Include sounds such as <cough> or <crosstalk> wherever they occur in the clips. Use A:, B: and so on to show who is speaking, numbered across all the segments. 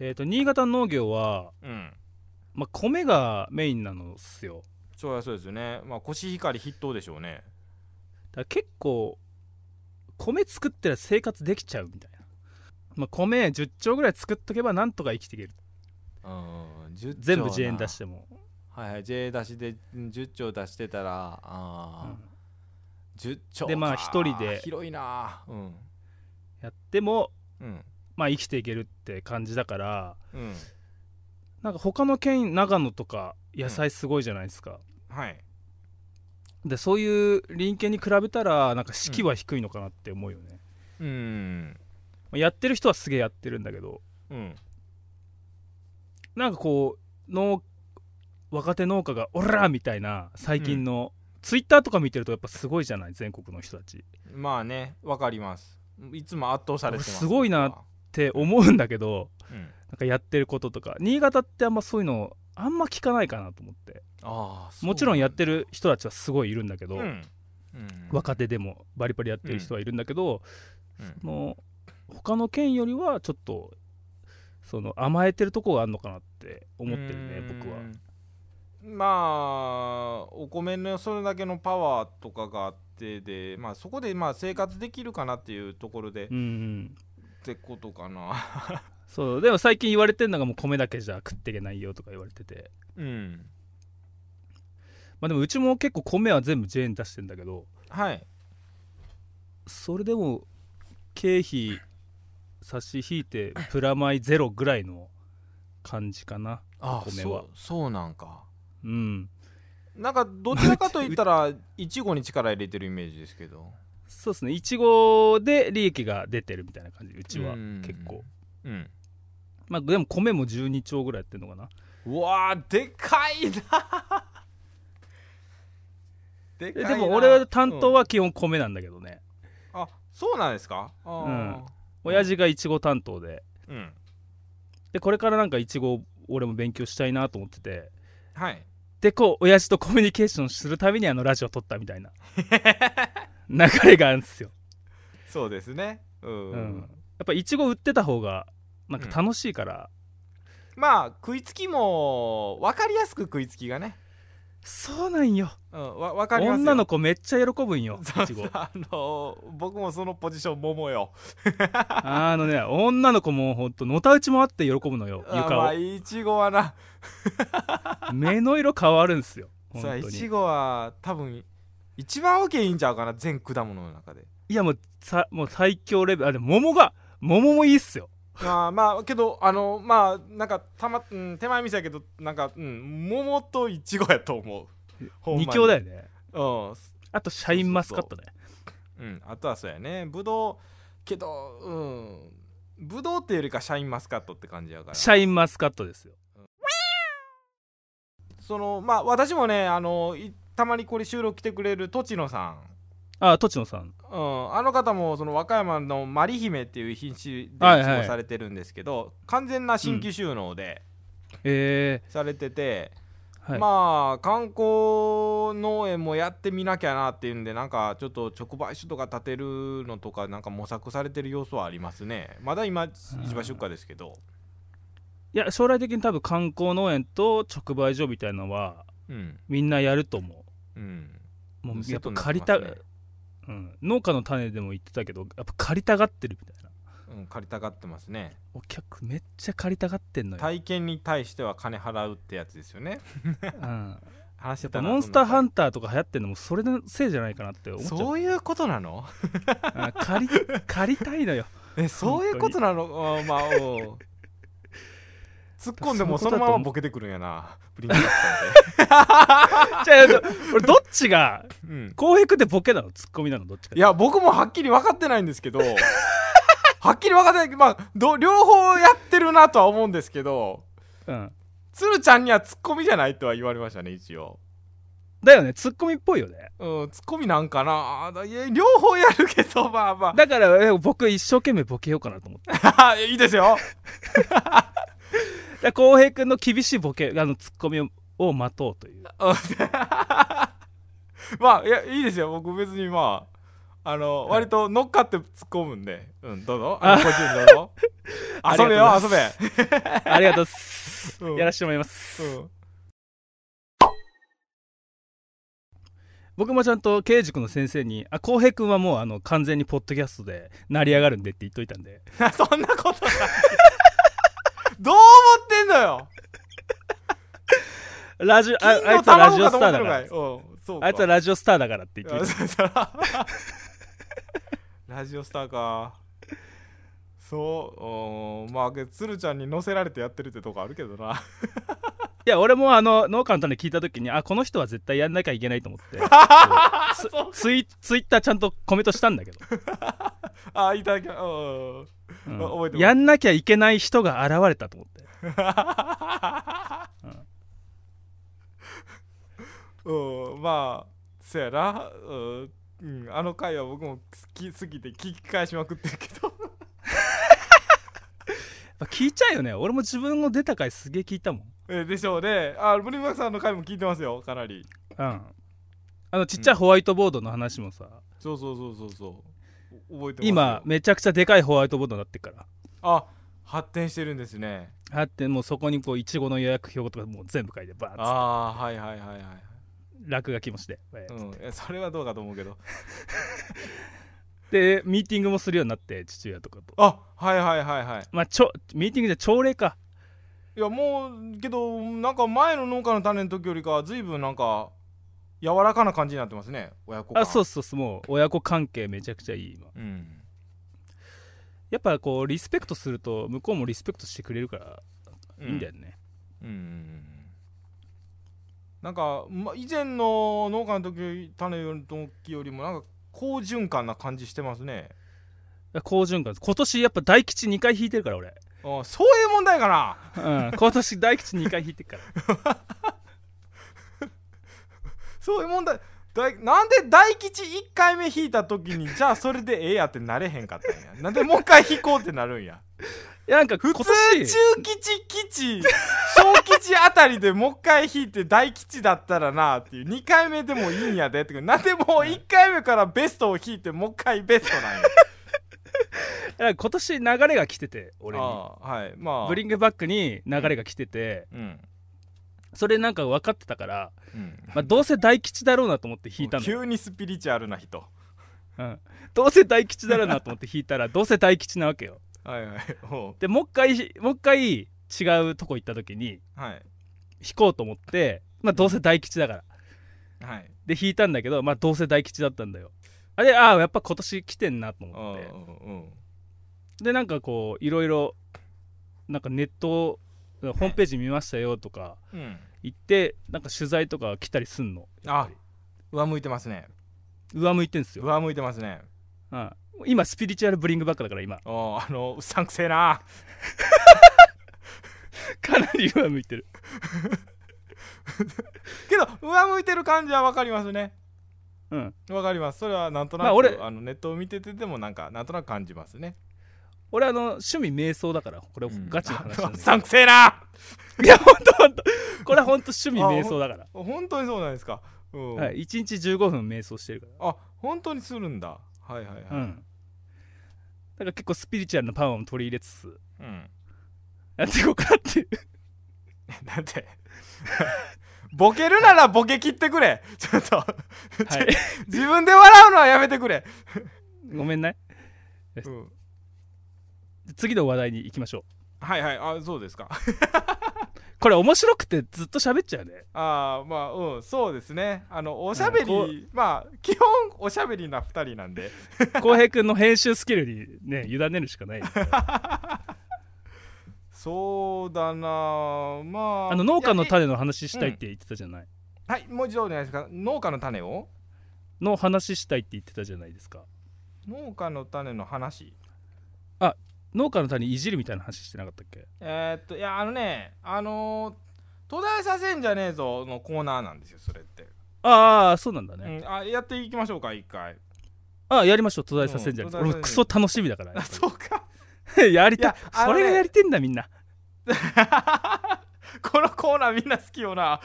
A: えっ、と新潟農業は、
B: うん
A: まあ、米がメインなのっすよ
B: そうやそうですよねまあコシヒカリ筆頭でしょうね
A: だから結構米作ったら生活できちゃうみたいな、まあ、米10丁ぐらい作っとけばなんとか生きていける
B: うん
A: 全部自円出しても、
B: はいはい J 出しでうん10兆出してたらあ
A: うん
B: ー、10兆
A: でまあ
B: か
A: 一人で
B: 広いなうん
A: やっても、
B: うん
A: まあ、生きていけるって感じだから
B: うん
A: なんか他の県長野とか野菜すごいじゃないですか、
B: はい
A: でそういう林県に比べたらなんか士気は低いのかなって思うよね、
B: うん
A: まあやってる人はすげえやってるんだけど
B: うん
A: なんかこう農若手農家が「オラ!」みたいな最近の、ツイッターとか見てるとやっぱすごいじゃない全国の人たちっ
B: まあねわかりますいつも圧倒されてます
A: 俺すごいなて思うんだけど
B: うん
A: なんかやってることとか新潟ってあんまそういうのあんま聞かないかなと思って
B: ああ
A: もちろんやって
B: る
A: る人たちはすごいいるんだけど、
B: うん、うん、
A: 若手でもバリバリやってる人はいるんだけど、
B: うん
A: その他の県よりはちょっとその甘えてるとこがあるのかなって思ってるね僕は
B: う。んまあお米のそれだけのパワーとかがあってで、まあ、そこでまあ生活できるかなっていうところで、
A: う
B: っ
A: んうん
B: てことかな
A: そうでも最近言われてるのがもう米だけじゃ食っていけないよとか言われてて、
B: うん
A: まあ、でもうちも結構米は全部 J に出してんだけど
B: はい
A: それでも経費差し引いてプラマイゼロぐらいの感じかな
B: あ
A: お米
B: そ
A: は
B: うそうなんか
A: うん
B: なんかどちらかといったらいちごに力入れてるイメージですけど
A: そうですねいちごで利益が出てるみたいな感じうちは
B: うん
A: 結構
B: うん
A: まあでも米も12兆ぐらいやってるのかな
B: うわーでかいなで
A: え
B: か
A: で
B: いな
A: も俺は担当は基本米なんだけどね、
B: うんあそうなんですかあー
A: 親父がいちご担当で
B: うん
A: でこれからなんかいちご俺も勉強したいなと思ってて
B: はい
A: でこう親父とコミュニケーションするためにあのラジオ撮ったみた
B: <laughs>
A: いな流れがあるんですよ、
B: そうですねうん、
A: うんやっぱいちご売ってた方がなんか楽しいから、
B: まあ食いつきも分かりやすく食いつきがね、
A: そうなんよ
B: うん、わ分かりますよ
A: 女
B: <laughs>
A: の子めっちゃ喜ぶんよ
B: そう
A: いちご
B: あの僕もそのポジション桃よ
A: あのね女の子もほんとのたうちもあって喜ぶのよ
B: あま
A: <laughs> 床
B: あ
A: を
B: いちごはな
A: 目の色変わるんすよ本
B: そう
A: 当
B: い
A: に
B: ちごは多分一番大きいんちゃうかな全果物の中で
A: いやもうさもう最強レベルあでも桃が桃もいいっすよ
B: まあまあけどあのまあなんかたま、うん、手前見せやけどなんか、うん、桃といちごやと思うほんまに
A: 2強だよね
B: うん
A: あとシャインマスカットね
B: うん、あとはそうやねぶどうけどうんぶどうっていうよりかシャインマスカットって感じやから
A: シャインマスカットですよ
B: そのまあ私もねあのいたまにこれ収録来てくれる栃野さん、
A: あ栃野さん
B: うん、あの方もその和歌山のマリ姫っていう品種で
A: はい
B: いち
A: はい
B: ごされてるんですけど、完全な新規収納で
A: え
B: されてて、
A: ーはい、
B: まあ観光農園もやってみなきゃなっていうんでなんかちょっと直売所とか建てるのとかなんか模索されてる要素はありますねまだ今市場出荷ですけど、
A: いや将来的に多分観光農園と直売所みたいなのは
B: うん
A: みんなやると思
B: うん、
A: うもう
B: セ
A: やっ
B: ッ
A: ぱ
B: トになって
A: 借りた、
B: ますね
A: うん、農家の種でも言ってたけどやっぱ借りたがってるみたいな
B: うん、借りたがってますね
A: お客めっちゃ借りたがってんのよ、
B: 体験に対しては金払うってやつですよね
A: うん、
B: 話してたな
A: モンスターハ
B: ン
A: ンターとか流行ってんのもそれのせいじゃないかなって思っちゃう
B: そういうことなの
A: うん借り <laughs> 借りたいのよ
B: えそういうことなのあまあおう突っ込んでも
A: そ
B: そう
A: いうことだと思う
B: のままボケてくるんやなプリンセス
A: じゃあ俺どっちが
B: さん
A: <laughs>
B: で、うん、
A: 浩平君ってボケなのツッコミなのどっちか
B: いや僕もはっきり分かってないんで
A: <laughs>
B: すけどはっきり分かってないまあど両方やってるなとは思うんですけど
A: うん、
B: 鶴ちゃんにはツッコミじゃないとは言われましたね一応
A: だよねツッコミっぽいよね
B: うん、ツッコミなんかなあいや両方やるけど <laughs> まあま
A: だからえ僕一生懸命ボケようかなと思って
B: あ <laughs> いいですよ
A: だから浩平君の厳しいボケあのツッコミをを待とうという
B: うんまあいやいいですよ僕別にまああ
A: は
B: の、
A: い <laughs>
B: 割と乗っかって突っ込むんでうんどうぞあのご自由にどうぞ遊べよ遊べ
A: ありがとうございます。
B: うん
A: やらせてもらいます。
B: うん
A: 僕もちゃんと慶塾の先生に「あ浩平君はもうあの完全にポッドキャストで成り上がるんで」って言っといたんで
B: そんな <laughs> ことないどう思ってんのよ
A: ラジオああ
B: 金
A: い
B: の
A: つはラ
B: 卵
A: ジオ
B: かと
A: ス
B: 思
A: ターだか
B: ってるのからいうんそうか
A: あいつはラジオスターだからって言って
B: あ
A: 言っ
B: そうそう <laughs> ラジオスターかそううんまあ鶴ちゃんに乗せられてやってるってとこあるけどな
A: いや俺もあの農家の種聞いた時にあこの人は絶対やんなきゃいけないと思って
B: <laughs>
A: つツイツイッターちゃんとコメントしたんだけど、
B: あいただきまうん
A: うん
B: あ <laughs> 覚えてます
A: やんなきゃいけない人が現れたと思って
B: うんまあそやなうんうんあの回は僕も好きすぎて聞き返しまくってるけど <laughs>
A: やっぱ聞いちゃうよね俺も自分の出た回すげえ聞いたもん
B: えでしょうねあブリムバックさんの回も聞いてますよかなり
A: うんあのちっちゃいホワイトボードの話もさ、
B: そうそうそうそうそう覚えてますよ
A: 今めちゃくちゃでかいホワイトボードになってっから
B: あ発展してるんですね
A: あってもうそこにこういちごの予約表とかもう全部書いてバーッつって
B: ああはいはいはいはい、
A: 落書きもして、えー
B: うん、えそれはどうかと思うけど
A: でミーティングもするようになって父親とかと
B: あはいはいはいはい
A: まあちょミーティングじゃ朝礼か
B: いやもうけどなんか前の農家の種の時よりかは随分なんか柔らかな感じになってますね親子感
A: あそうそうそうもう親子関係めちゃくちゃいい今
B: うん
A: やっぱこうリスペクトすると向こうもリスペクトしてくれるからいいんだよね、
B: うんうんうんうんなんか、ま、以前の農家の時種の時よりもなんか好循環な感じしてますね
A: 好循環です今年やっぱ大吉2回引いてるから俺、
B: あそういう問題かな
A: うん、今年大吉2回引いてるから
B: そういう問題だいなんで大吉1回目引いた時にじゃあそれでええやってなれへんかったんやなんでもう一回引こうってなるんや
A: いやなんか
B: 普
A: 今
B: 通
A: 年
B: 中吉吉小吉あたりでもう一回引いて大吉だったらなっていう2回目でもいいんやでってなんでもう1回目からベストを引いてもう一回ベストなんや
A: なんか今年流れが来てて <laughs> 俺に
B: ああはいまあ
A: ブリングバックに流れが来てて、
B: うん、
A: それなんか分かってたから、
B: うん、
A: まあ、どうせ大吉だろうなと思って引いたのよ、
B: 急にスピリチュアルな人
A: うん、どうせ大吉だろうなと思って引いたら
B: <laughs>
A: どうせ大吉なわけよ
B: はいはいおう
A: でもう一回もう一回違うとこ行った時に
B: はい
A: 引こうと思って、まあ、どうせ大吉だから
B: はい
A: で引いたんだけど、まあ、どうせ大吉だったんだよあれああやっぱ今年来てんなと
B: うんう
A: 思って
B: ん
A: でなんかこういろいろなんかネットホームページ見ましたよとか
B: うんうん
A: 行ってなんか取材とか来たりすんのやっぱり
B: 上向いてますね
A: 上向いてんすよ
B: 上向いてますね
A: うん、今スピリチュアルブリングバックだから今
B: おうあのうさんくせえな
A: かなり上向いてる
B: けど上向いてる感じは分かりますね
A: うん
B: わかりますそれはなんとなく、
A: まあ
B: あ、
A: 俺
B: のネットを見ててでもなんかなんとなく感じますね
A: 俺あの趣味瞑想だからこれガチな
B: <laughs>
A: 話なん
B: う
A: だけど
B: さんくせえない
A: やほんとほんとこれはほんと趣味瞑想だから
B: 本当にそうなんですかうん、
A: はい、1日15分瞑想してるか
B: あ本当にするんだはいはいはい
A: ら、うん、だから結構スピリチュアルなパワーも取り入れつつ
B: うん <laughs>
A: やっていこうかなっていう
B: なんて <laughs> ボケるならボケ切ってくれちょっと、
A: はい
B: 自分で笑うのはやめてくれ、
A: ごめんね
B: うん、
A: 次の話題に行きましょ
B: はいはいあそうですか
A: うこれ面白くてずっと喋っちゃうね
B: あーまあうんそうですねあのおしゃべり、
A: うんこ
B: まあ基本おしゃべりな2人なんで
A: 浩平君の編集スキルにね委ねるしか <laughs> ない
B: そうだなあまあ
A: あの農家の
B: いや
A: 種の話したいって言ってたじゃない、
B: えはいもう一度お願いします農家の種を
A: の話したいって言ってたじゃないですか
B: 農家の種の話
A: 農家の種いじるみたいな話してなかったっけ
B: えーっといやあのねあのー途絶えさせんじゃねえぞのコーナーなんですよそれって、
A: ああそうなんだね、
B: うん、あやっていきましょうか一回
A: ああやりましょう途絶えさせんじゃん、
B: うん
A: 俺クソ楽しみだから
B: あそうか
A: <laughs> やりたい
B: いやあ
A: そ
B: のね
A: れがやりてんだみんな
B: <laughs> このコーナーみんな好きよな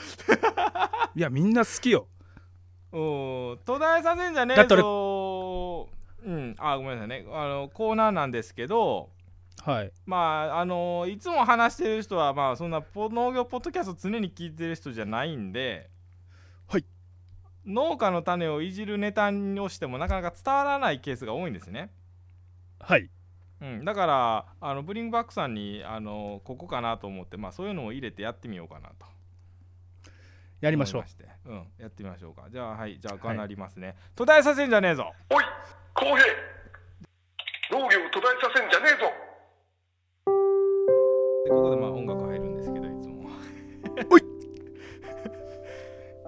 B: い
A: やみんな好きよ
B: うん途絶えさせんじゃね
A: だ
B: え
A: って
B: ぞうんあごめんなさいねあのコーナーなんですけど
A: はい
B: まああのいつも話してる人はまあそんなポ農業ポッドキャスト常に聞いてる人じゃないんで
A: はい
B: 農家の種をいじるネタをしてもなかなか伝わらないケースが多いんですね、
A: はい
B: うん、だからあのブリングバックさんにあのここかなと思って、まあ、そういうのを入れてやってみようかなと
A: やりましょう
B: 思いしてうん、やってみましょうかじゃあはいじゃあかなりますね、途絶えさせんじゃねえぞ
C: おい公平農業を途絶えさせんじゃねえぞ
B: でここでまあ音楽入るんですけどいつも
A: おい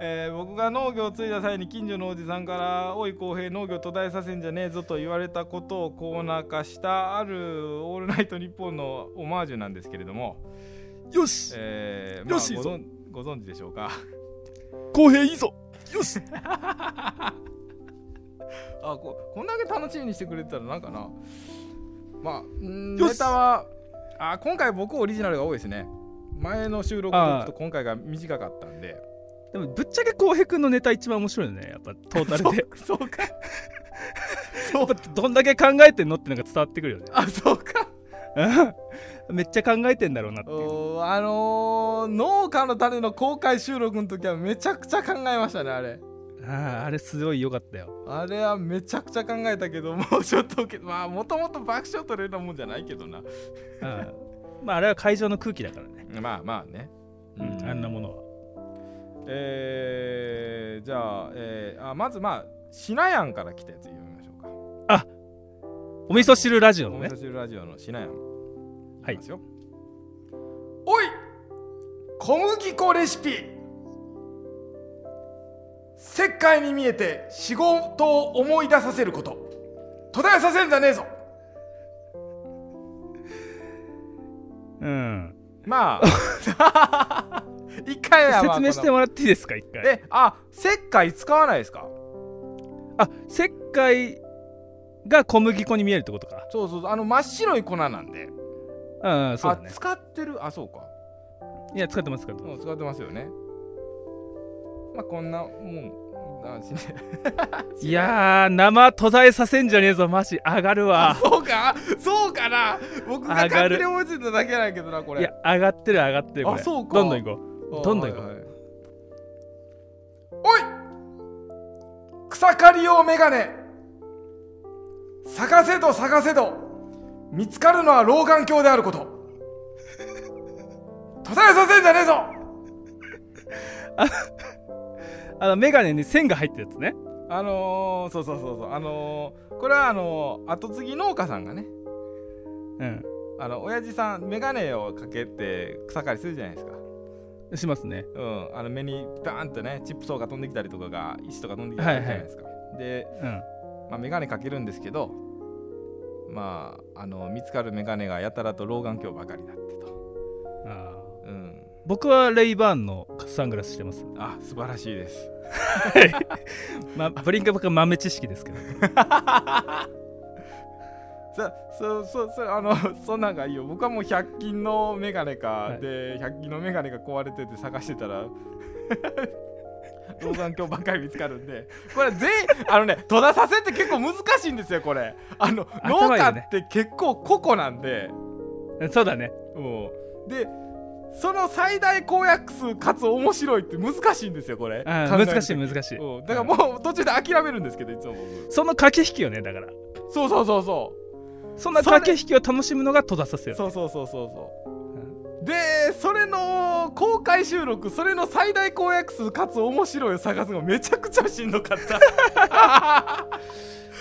B: <laughs> えー僕が農業を継いだ際に近所のおじさんから「おい浩平農業途絶えさせんじゃねえぞ」と言われたことをコーナー化したある「オールナイトニッポン」のオマージュなんですけれども、
A: よし
B: え
A: <laughs>
B: ー
A: よし
B: ま
A: い
B: あ、
A: い
B: ご
A: ぞ
B: 存ご存知でしょうか <laughs>
A: 公平いいぞよし
B: あここんだけ楽しみにしてくれてたらなんかなまあうん
A: よし
B: ネタはあ今回僕オリジナルが多いですね前の収録とちょっと今回が短かったんで
A: でもぶっちゃけ浩平君のネタ一番面白いよねやっぱトータルで
B: そう
A: <laughs>
B: か
A: やっぱどんだけ考えてんのってのが伝わってくるよね
B: あそうか
A: うん <laughs> めっちゃ考えてんだろうなっていう
B: おーあのー、農家の種の公開収録の時はめちゃくちゃ考えましたねあれ
A: あああれすごい良かったよ
B: あれはめちゃくちゃ考えたけどもうちょっとけまあもともと爆笑取れるようなもんじゃないけどな
A: うんまああれは会場の空気だからね、
B: まあまあね
A: うん、あんなものは
B: えー、じゃあ,、えーあまずまあシナヤンから来たやつ読みましょうか
A: お味噌汁ラジオの
B: お
A: ね
B: 味噌汁ラジオのシナヤン
A: はい
B: きますよおい小麦粉レシピ石灰に見えて仕事を思い出させること途絶えさせんじゃねえぞ
A: うん
B: ま
A: <laughs>
B: あ一回はまあ
A: 説明して
B: こ
A: もらっていいですか一
B: の
A: 回
B: えあ石灰使わないですか
A: あ石灰が小麦粉に見えるってことか
B: そうそうそうあの真っ白い粉なんで、
A: うんうんそうだ
B: あ
A: ね
B: 使ってるあそうか
A: いや使ってます使ってま
B: も
A: す
B: う使ってますよねまあこんなもんあしね
A: いやー生途絶えさせんじゃねえぞマジ上がるわ
B: そうかそうかな僕が
A: 上が
B: 勝手
A: る
B: に思いついただけなんやけどなこれ
A: いや上がってる上がってるこれ
B: あそうか
A: どんどん行こうどんどん行こう
B: うおい草刈り用メガネ探せど探せど見つかるのは老眼鏡である <laughs> こと途絶えさせんじゃねえぞ
A: あの眼鏡に線が入ってるやつね
B: あのー、そうそうそうそうあのー、これはあのー、後継ぎ農家さんがね
A: う
B: あの親父さんメガネをかけて草刈りするじゃないですか
A: んしますね
B: うん、あの目にバーンとねチップ層が飛んできたりとかが石とか飛んできたりするじゃないですか、で、
A: うん
B: まあ、眼鏡かけるんですけどまああの見つかる眼鏡がやたらと老眼鏡ばかりだってと、
A: あー
B: うん、
A: 僕はレイバーンのサングラスしてます
B: あ素晴らしいです
A: まあブリンカバックは豆知識ですけど
B: そそそそあの <laughs> そんなんがいいよ僕はもう100均の眼鏡か、
A: はい
B: で100均の眼鏡が壊れてて探してたら <laughs> 老眼鏡ばっかり見つかるんでこれ全員あのね戸田させって結構難しいんですよこれあの農
A: 頭いい
B: 家
A: よね
B: って結構個々なんで
A: そうだね
B: もうでその最大公約数かつ面白いって難しいんですよこれ
A: うん
B: 考える
A: 難しい
B: 時
A: 難しい
B: うんだからもう途中で諦めるんですけどいつも僕
A: その駆け引きよねだから
B: そうそうそうそう
A: そんな駆け引きを楽しむのが戸田させよ
B: そうそうそうそうそうでそれの公開収録それの最大公約数かつ面白いを探すのがめちゃくちゃしんどかった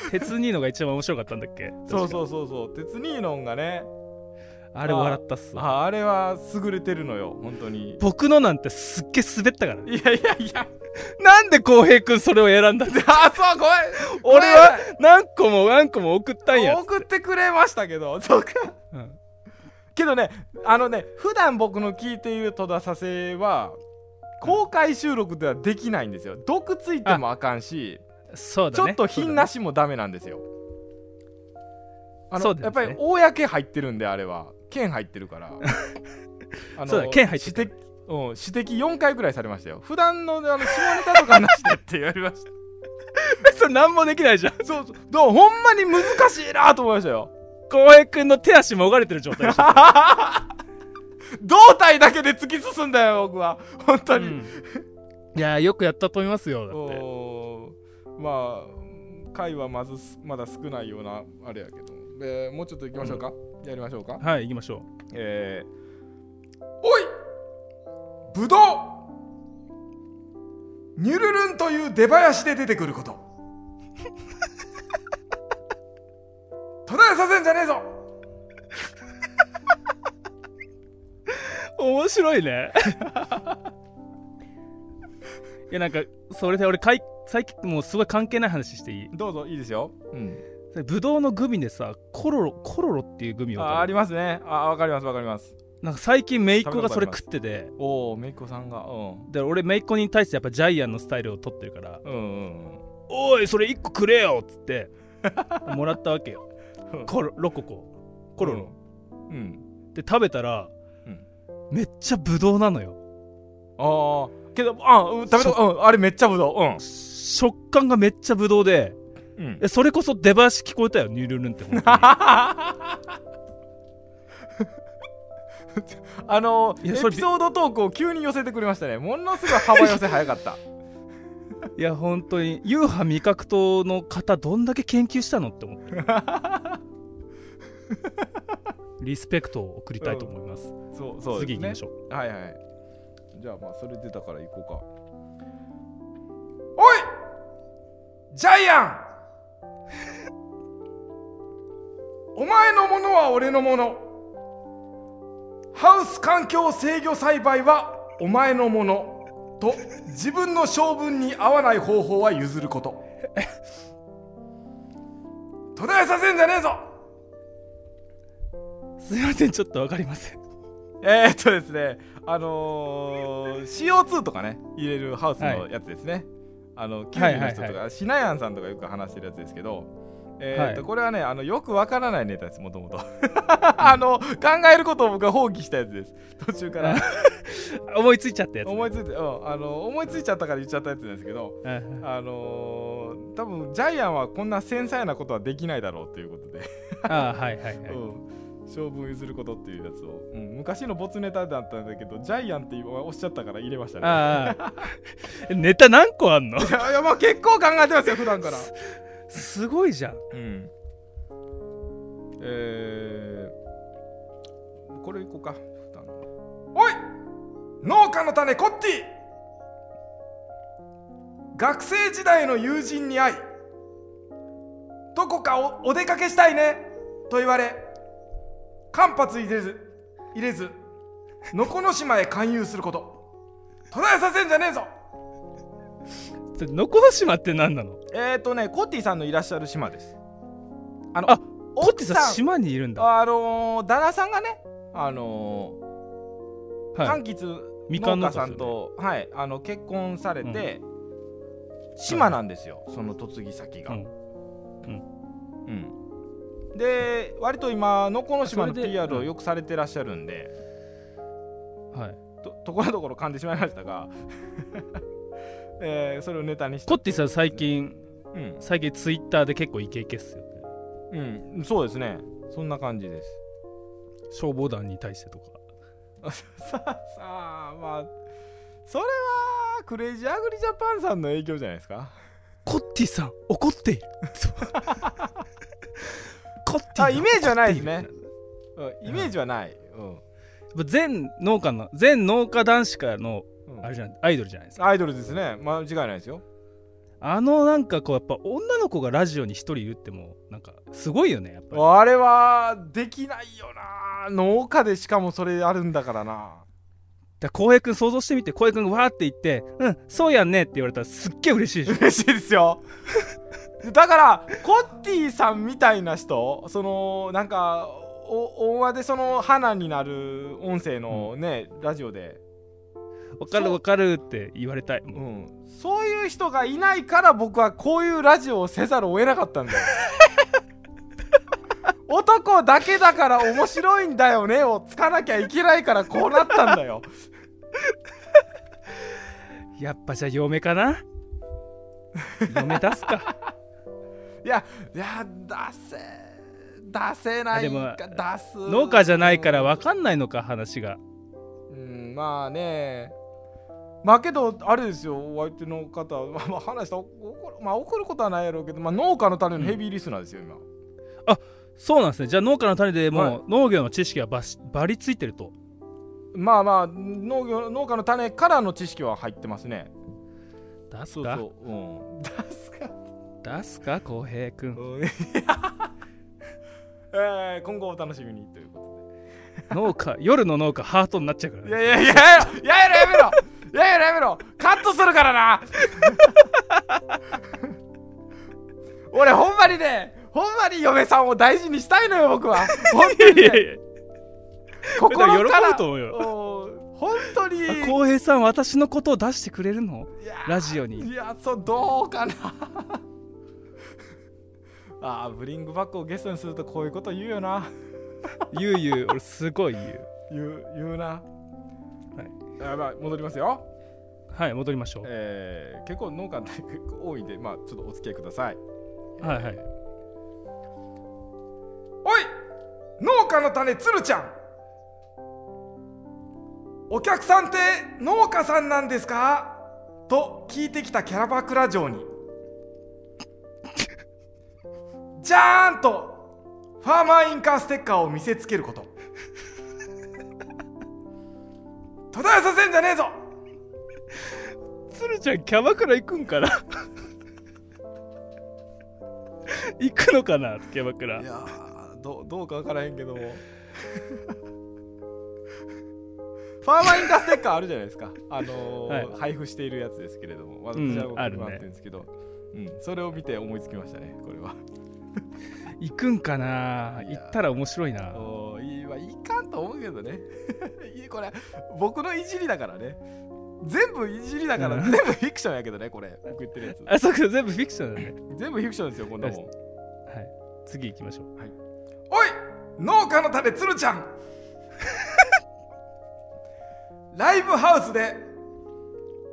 A: 鉄ニーノが一番面白かったんだっけ
B: そう
A: う
B: そうそうそう鉄ニーノンがね
A: あれ笑ったっすわ
B: ああれは優れてるのよ本当に
A: 僕のなんてすっげえ滑ったから
B: いやいやいや
A: なんで浩平君それを選んだんだ
B: あそうごめん
A: 俺は何個も何個も送ったんや、
B: 送ってくれましたけどそうか
A: うん
B: けどねあのね普段僕の聞いている戸田佐世は公開収録ではできないんですよ毒ついてもあかんし
A: そう
B: ち
A: だ
B: ょ
A: ね
B: っと品なしもダメなんですよ。あ
A: そう
B: の
A: ですね
B: やっぱり公入ってるんであれは剣入って
A: <laughs>
B: るからあの
A: そうだ剣入って
B: 指摘うん、指摘4回ぐらいされましたよ普段のあの下ネタとかなしでって言われました <laughs>
A: それ何もできないじゃん
B: そうそうだからほんまに難しいなと思いましたよ
A: 浩平君の手足もがれてる状態でした <laughs>
B: 胴体だけで突き進んだよ僕は本当に、
A: いやーよくやったと思いますよだって
B: おーまあ回はまずすまだ少ないようなあれやけど、えーもうちょっといきましょうか、やりましょうか
A: はい行きましょ
B: えーおいぶどうニュルルンという出囃子で出てくること <laughs> 途絶えさせんじゃねえぞ
A: う面白いね <laughs> いやなんかそれで俺かい最近もうすごい関係ない話していい
B: どうぞいいですよ、うん、
A: それブドウのグミでさコロロコロロっていうグミを
B: あありますねあわかりますわかります
A: なんか最近姪っ子がそれ食ってて
B: おおめいこさんがうん
A: で俺姪っ子に対してやっぱジャイアンのスタイルを取ってるから
B: うんうん
A: 「おいそれ1個くれよ!」っつって
B: <laughs>
A: もらったわけよ
B: うん
A: コロロコココロロ、
B: うん
A: で食べたら、
B: うん
A: めっちゃブドウなのよ
B: ああけどあうん食べたうんあれめっちゃぶどううん
A: 食感がめっちゃブドウで
B: うん
A: えそれこそ出囃子聞こえたよニュルルンって本
B: <laughs>
A: 当に
B: あの
A: い
B: エ
A: や
B: ピ
A: それ
B: ソードトークを急に寄せてくれましたねものすごい幅寄せ早かった
A: いや本当に優派味覚糖の方どんだけ研究したのって
B: <laughs>
A: 思ってリスペクトを送りたいと思います、
B: <laughs> そうそう
A: 次
B: で
A: 行きま
B: すね
A: しょう
B: はいはいじゃあまあそれ出たから行こうかおいジャイアン <laughs> お前のものは俺のものハウス環境制御栽培はお前のものと自分の性分に合わない方法は譲ること途絶えさせんじゃねえぞ
A: すいませんちょっとわかりません <laughs>
B: えー、っとですね、あのー、CO2 とかね、入れるハウスのやつですね。あの、キュウリの人とか、
A: はいはい
B: シナヤンさんとかよく話してるやつですけど、えーっと
A: はい
B: これはねあの、よくわからないネタです、もともと。 <laughs> あの、考えることを僕は放棄したやつです。途中から
A: 思いついちゃったやつ、
B: 思いついて、うんあの、思いついちゃったから言っちゃったやつですけど、
A: うん
B: あのー、多分ジャイアンはこんな繊細なことはできないだろうということで。
A: ああはいはいはい、
B: うん、性分譲ることっていうやつを、うん、昔の没ネタだったんだけどジャイアンって今おっしゃったから入れましたね
A: ああ <laughs> ネタ何個あんの
B: いやいやもう結構考えてますよ普段から
A: すごいじゃん
B: うんえー、これいこうか普段おい農家の種コッティ学生時代の友人に会いどこかおお出かけしたいねと言われ間髪入れず入れずのこの島へ勧誘すること途絶えさせんじゃねえぞ
A: それのこの島って何なの
B: えーとねコッティさんのいらっしゃる島ですあの
A: あコッティさん島にいるんだ、は
B: あのー、旦那さんがね、あのー
A: い、
B: 柑橘
A: みかん
B: 農
A: 農
B: 家
A: 家
B: さ
A: さ
B: ん
A: ん
B: と、はい、あの結婚されて、島なんですよ、その嫁ぎ先が。
A: う
B: うんんで割と今のこの島の
A: あそれで
B: PR を
A: うん
B: よくされてらっしゃるんで、
A: はい、
B: とところどころ噛んでしまいましたが、 <laughs> えーそれをネタにして
A: コッティさん最近
B: うん、
A: 最近ツイッターで結構イケイケっすよね
B: うん、そうですねそんな感
A: <laughs>
B: じです。
A: 消防団に対してとか
B: さあさあまあそれはクレイジーアグリジャパンさんの影響じゃないですか
A: コッティさん怒ってい
B: <laughs>
A: るコッティ
B: あイメージはないですね
A: 怒っている
B: うんイメージはない、うん
A: やっぱ全農家の全農家男子からの
B: うん
A: あれじゃないアイドルじゃないですか
B: アイドルですね間違いないですよ
A: あのなんかこうやっぱ女の子がラジオに一人いるってもうなんかすごいよねやっぱり
B: あれはできないよな農家でしかもそれあるんだからな
A: だから浩平君想像してみて浩平君がわーって言って「うんそうやんね」って言われたらすっげえ嬉しいでしょ
B: 嬉しいですよ <laughs> だからコッティさんみたいな人そのなんかお音話でその花になる音声のね、ラジオで、 <laughs>
A: 「わかるわかる」って言われたい、
B: う、
A: もうん
B: そういう人がいないから僕はこういうラジオをせざるを得なかったんだよ <laughs> 男だけだから面白いんだよねをつかなきゃいけないからこうなったんだよ
A: やっぱじゃあ嫁かな嫁出すか
B: いやいや出せ出せない
A: あ
B: か
A: で
B: 出す
A: 農家じゃないから分かんないのか話が
B: うんまあねまあけどあれですよお相手の方は、まあまあ、話したら怒る,、まあ、怒ることはないやろうけど、まあ、農家のためのヘビーリスナーですよ今、
A: そうなんですねじゃあ農家の種で
B: はい
A: もう農業の知識がばしばりついてると
B: まあまあ農業農家の種からの知識は入ってますね
A: 出す
B: そう
A: か
B: そう、うん、出すか
A: 出すか浩平くん
B: うん <laughs> えー今後お楽しみにというこ
A: 農家夜の農家ハートになっちゃうから
B: と
A: ね
B: でいやいやいややめろやめろやめろやめろカットするから
A: <laughs>
B: な俺ほんまにねほんまに嫁さんを大事にしたいのよ僕は
A: <laughs>
B: 本当に、
A: いやいや
B: ね、
A: いや
B: 心から
A: 喜ぶと思うよ
B: うん本当に
A: あ浩平さん私のことを出してくれるの
B: いやー
A: ラジオに
B: いやそうどうかな <laughs> あーブリングバックをゲストにするとこういうこと言うよな
A: ゆうゆう俺すごい言う
B: 言う言うなはいやばい戻りますよ
A: はい戻りましょう
B: えー結構農家の結構多いんでまあちょっとお付き合いください
A: はいはい
B: おい農家の種つるちゃんお客さんって農家さんなんですかと聞いてきたキャバクラ嬢にじゃーんとファーマーインカーステッカーを見せつけること <laughs> 途絶えさせんじゃねえぞ
A: 鶴ちゃんキャバクラ行くんかな <laughs> 行くのかなキャバクラ
B: いやーどどうかわからへんけ
A: <laughs>
B: どもファーマーインカーステッカーあるじゃないですか、あのー
A: は
B: 配布しているやつですけれども
A: うん
B: 私は僕
A: あ
B: に
A: る
B: も
A: ね
B: らってるんですけど、うん、それを見て思いつきましたねこれは
A: 行くんかない行
B: や
A: ったら面白いな
B: おーいい,、まあ、いいかんと思うけどね <laughs> いいこれ僕のいじりだからね全部いじりだから、
A: うん
B: 全部フィクションやけどねこれ僕言ってる
A: <laughs>
B: やつ
A: あそうか全部フィクションだね
B: 全部フィクションですよこんなもん
A: はい次行きましょう
B: おい農家の種つるちゃん <laughs> ライブハウスで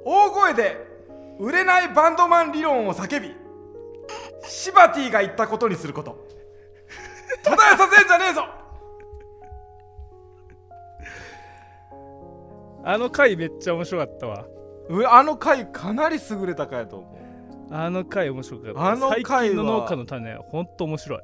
B: 大声で売れないバンドマン理論を叫びシバティが言ったことにすること途絶えさせんじゃねえぞ
A: あの回めっちゃ面白かったわ
B: あの回かなり優れた回やと思
A: あの回面白かった
B: あの回は
A: 最近の農家の種ほんと面白いう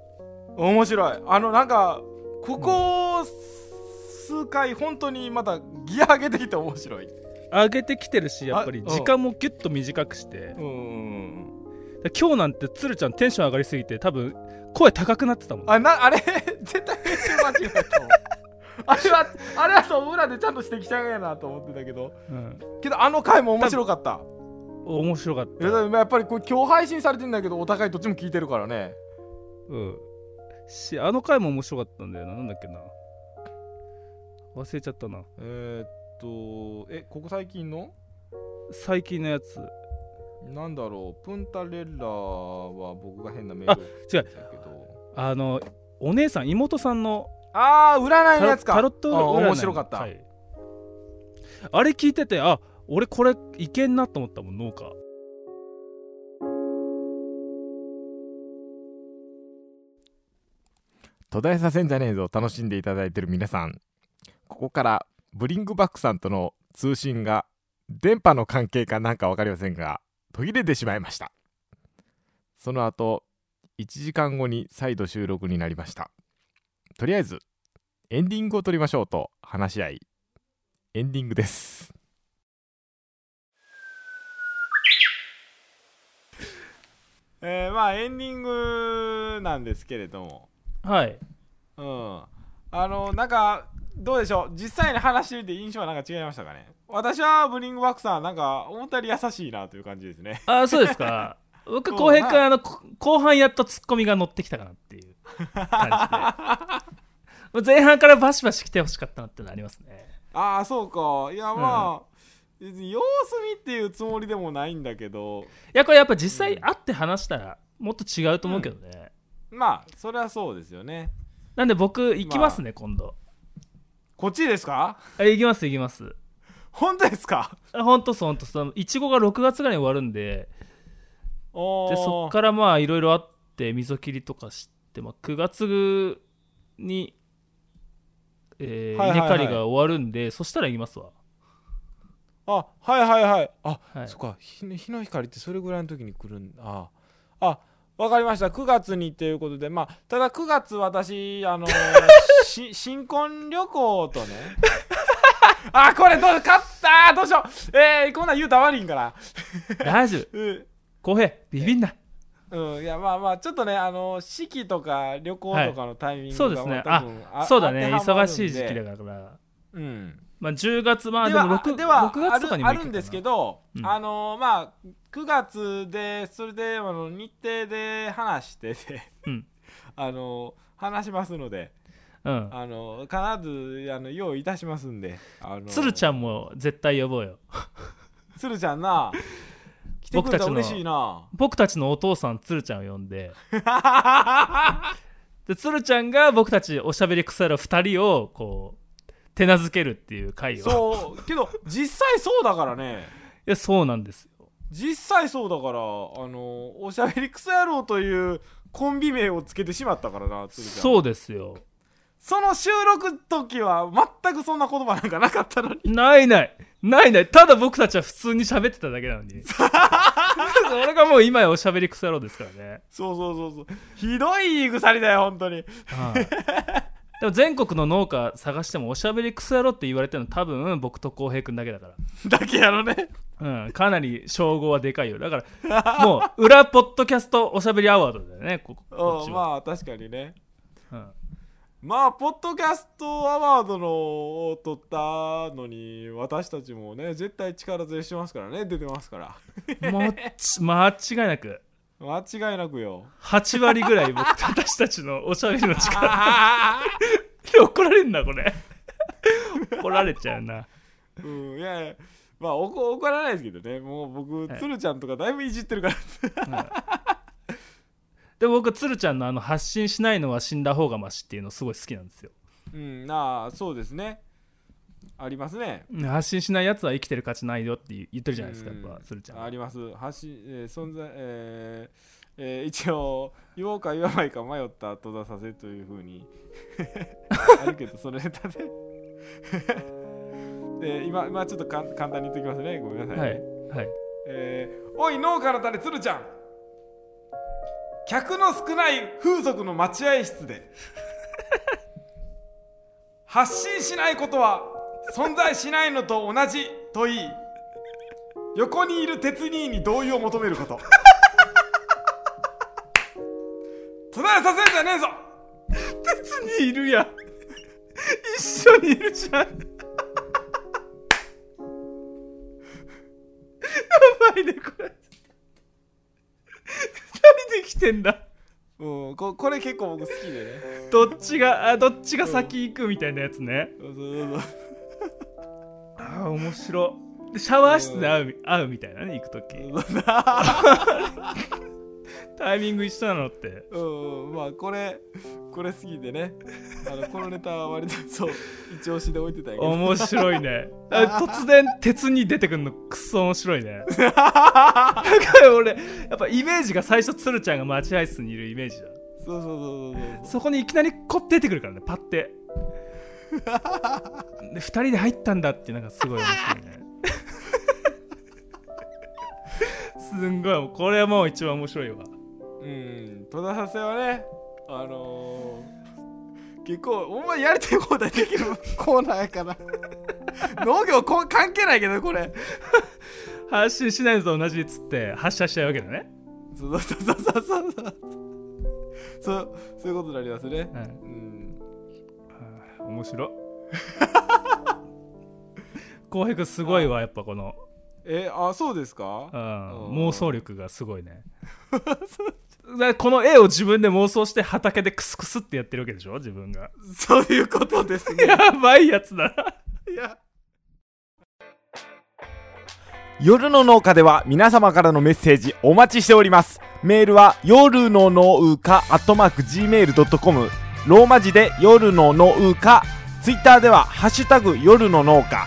B: 面白いあのなんかここ数回本当にまたギア上げてきて面白い
A: 上げてきてるしやっぱり
B: あうん
A: 時間もギュッと短くして
B: うんうんうん
A: で今日なんて鶴ちゃんテンション上がりすぎて多分声高くなってたもん
B: あなあれ <laughs> 絶対編集間違えたもんあれはあれはそう裏でちゃんと指摘しちゃうやなと思ってたけど
A: うん
B: けどあの回も面白かった
A: 面白かっ
B: い
A: た
B: やでもやっぱりこれ今日配信されてんだけどお互いどっちも聞いてるからね
A: うんしあの回も面白かったんだよななんだっけな忘れちゃったな
B: えー、っとえここ最近の
A: 最近のやつ
B: なんだろうプンタレッラは僕が変なメールを
A: 違う
B: 送ったけど
A: あのお姉さん妹さんの
B: ああ占い
A: タ
B: の
A: ロ
B: やつか
A: タロット
B: あ
A: 占い
B: 面白かった、
A: はいあれ聞いててあ俺これいけんなと思ったもん農家
B: 途絶えさせんじゃねえぞ楽しんでいただいてる皆さんここからブリングバックさんとの通信が電波の関係かなんか分かりませんが途切れてしまいましたその後1時間後に再度収録になりましたとりあえずエンディングを撮りましょうと話し合いエンディングですえまあエンディングなんですけれども
A: はい
B: うんあのなんかどうでしょう実際に話してみて印象はなんか違いましたかね私はブリングバックさんなんか思ったより優しいなという感じですね
A: あそうですか <laughs> 僕
B: うん
A: 浩平君
B: はい
A: あのこ後半やっとツッコミが乗ってきたかなっていう感 <laughs> じで前半からバシバシ来てほしかったなってのありますね
B: <laughs> ああそうかいやまあ、別に様子見っていうつもりでもないんだけど
A: いやこれやっぱ実際会って話したらもっと違うと思うけどね、
B: まあそれはそうですよね
A: なんで僕行きますね、今度
B: こっちですか
A: あ行きます行きます
B: 本当ですか
A: あほんとそうほんとそういちごが6月ぐらいに終わるんで
B: お
A: でそっ
B: ー
A: からまあいろいろあって溝切りとかして、まあ、9月に、えー
B: はいはいはい
A: 稲刈りが終わるんでそしたら行きますわ
B: あはいはいはいあ、
A: はい
B: そっか日の日の光ってそれぐらいの時に来るんああわかりました9月にということでまあただ9月私あのー
A: <laughs>
B: し新婚旅行とねあこれどう勝ったどうしようえー、こんなん言うたら悪いんから
A: 大丈夫
B: うん
A: 浩平ビビんな
B: うん、いやまあまあちょっとねあの四季とか旅行とかのタイミングが、
A: そうですね
B: ま多分あ
A: そうだね
B: 当てはまる
A: 忙
B: んで
A: しい時期だから、
B: うん
A: まあ、10月まあ
B: で
A: で
B: は
A: も 6,
B: では
A: 6月とかにも
B: あ
A: 行
B: る
A: ける
B: あるんですけ
A: ど
B: ど、
A: うん
B: あのまあ9月でそれであの日程で話してて、
A: うん
B: <laughs> あの話しますので
A: うん
B: あの必ずあの用意いたしますんであの
A: 鶴ちゃんも絶対呼ぼうよ
B: ん鶴ちゃんな来てくれたら嬉し
A: <laughs>
B: いな
A: 僕たちのお父さん鶴ちゃんを呼んでで鶴ちゃんが僕たちおしゃべり腐る2人をこう手なずけるっていう回をい
B: そうけど実際そうだからね
A: やそうなんですよ
B: 実際そうだからあのおしゃべりクソ野郎というコンビ名をつけてしまったからな鶴ちゃん
A: そうですよ
B: その収録時は全くそんな言葉なんかなかったのに
A: ないないないないただ僕たちは普通に喋ってただけなのに俺がもう今やおしゃべり腐ろうですからね、
B: <laughs> そうそうそうそうひどい言い鎖だよ本当に <laughs>
A: はいでも全国の農家探してもおしゃべり腐ろうって言われてるの多分僕と浩平君だけだから
B: だけやろね
A: うん、かなり称号はでかいよだからもう裏ポッドキャストおしゃべりアワードだよねこここっ
B: う
A: ち
B: ん
A: は、
B: まあ確かにね
A: うん
B: まあポッドキャストアワードのを取ったのに私たちもね絶対力強いしてますからね出てますから
A: もうち間違いなく
B: 間違いなく <laughs> よ
A: 8割ぐらい僕私たちのおしゃべりの力で怒られんなこれ怒られちゃうな
B: うんいやいやまあ怒怒らないですけどねもう僕、
A: はい
B: 鶴ちゃんとかだいぶいじってるから
A: で僕鶴ちゃんのあの発信しないのは死んだ方がマシっていうのすごい好きなんですよ
B: うんなあそうですねありますね
A: うん発信しないやつは生きてる価値ないよって言言ってるじゃないですかやっぱ
B: うん
A: 鶴ちゃん
B: あ
A: は
B: ります発信、えー存在、えーえー一応言おうか言わないか迷った後出させというふう
A: <laughs>
B: にあるけどそのネタで <laughs> で今今ちょっとかん簡単に言っておきますねごめんなさい、ね
A: はいはい
B: えーおい農家の種鶴ちゃん客の少ない風俗の待合室で <laughs> 発信しないことは存在しないのと同じと言い横にいる鉄兄に同意を求めること <laughs> 途絶えさせんじゃねえぞ
A: 別にいるやん一緒にいるじゃんやばいねこれ二人で来てんだ
B: うんここれ結構僕好きでね
A: どっちがあどっちが先行くみたいなやつね
B: そうそう
A: あー面白いでシャワー室で会う会うみたいなね行く時
B: そう
A: タイミング一緒なのって
B: うんまあこれこれ好きでねあのこのネタは割とそう一押しで置いてたんやけど
A: 面白いね <laughs> あ突然鉄に出てくんのくっそ面白い <laughs> ねだから俺やっぱイメージが最初鶴ちゃんが待合室にいるイメージだ
B: そうそうそうそうそう
A: そこにいきなりこって出てくるからねパッ <laughs> てで2人で入ったんだっていうのがすごい面白い <laughs> ねすんごいこれはもう一番面白いわ
B: うん戸田させはねあのー、結構お前やりたい放題できるコーナーやから農業こ関係ないけどこれ
A: 発信しないのと同じっつって発射しちゃうわけだね、
B: そうそうそうそうそうそうそうそういうことになりますね
A: う、
B: うんん
A: 面白 <laughs> 浩平君すごいわやっぱこの、
B: えあそうですか
A: うん
B: うん
A: 妄想力がすごいね <laughs> だからこの絵を自分で妄想して畑でクスクスってやってるわけでしょ自分が
B: そういうことですね
A: <laughs> やばいやつだない
B: や夜の農家では皆様からのメッセージお待ちしておりますメールは夜の農家アットマーク Gmail.com ローマ字で夜の農家ツイッターでは「ハッシュタグ夜の農家」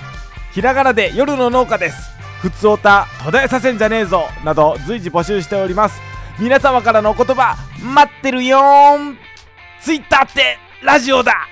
B: ひらがなで夜の農家ですふつおた途絶えさせんじゃねえぞなど随時募集しております皆様からのお言葉待ってるよーんツイッターって
D: ラジオだ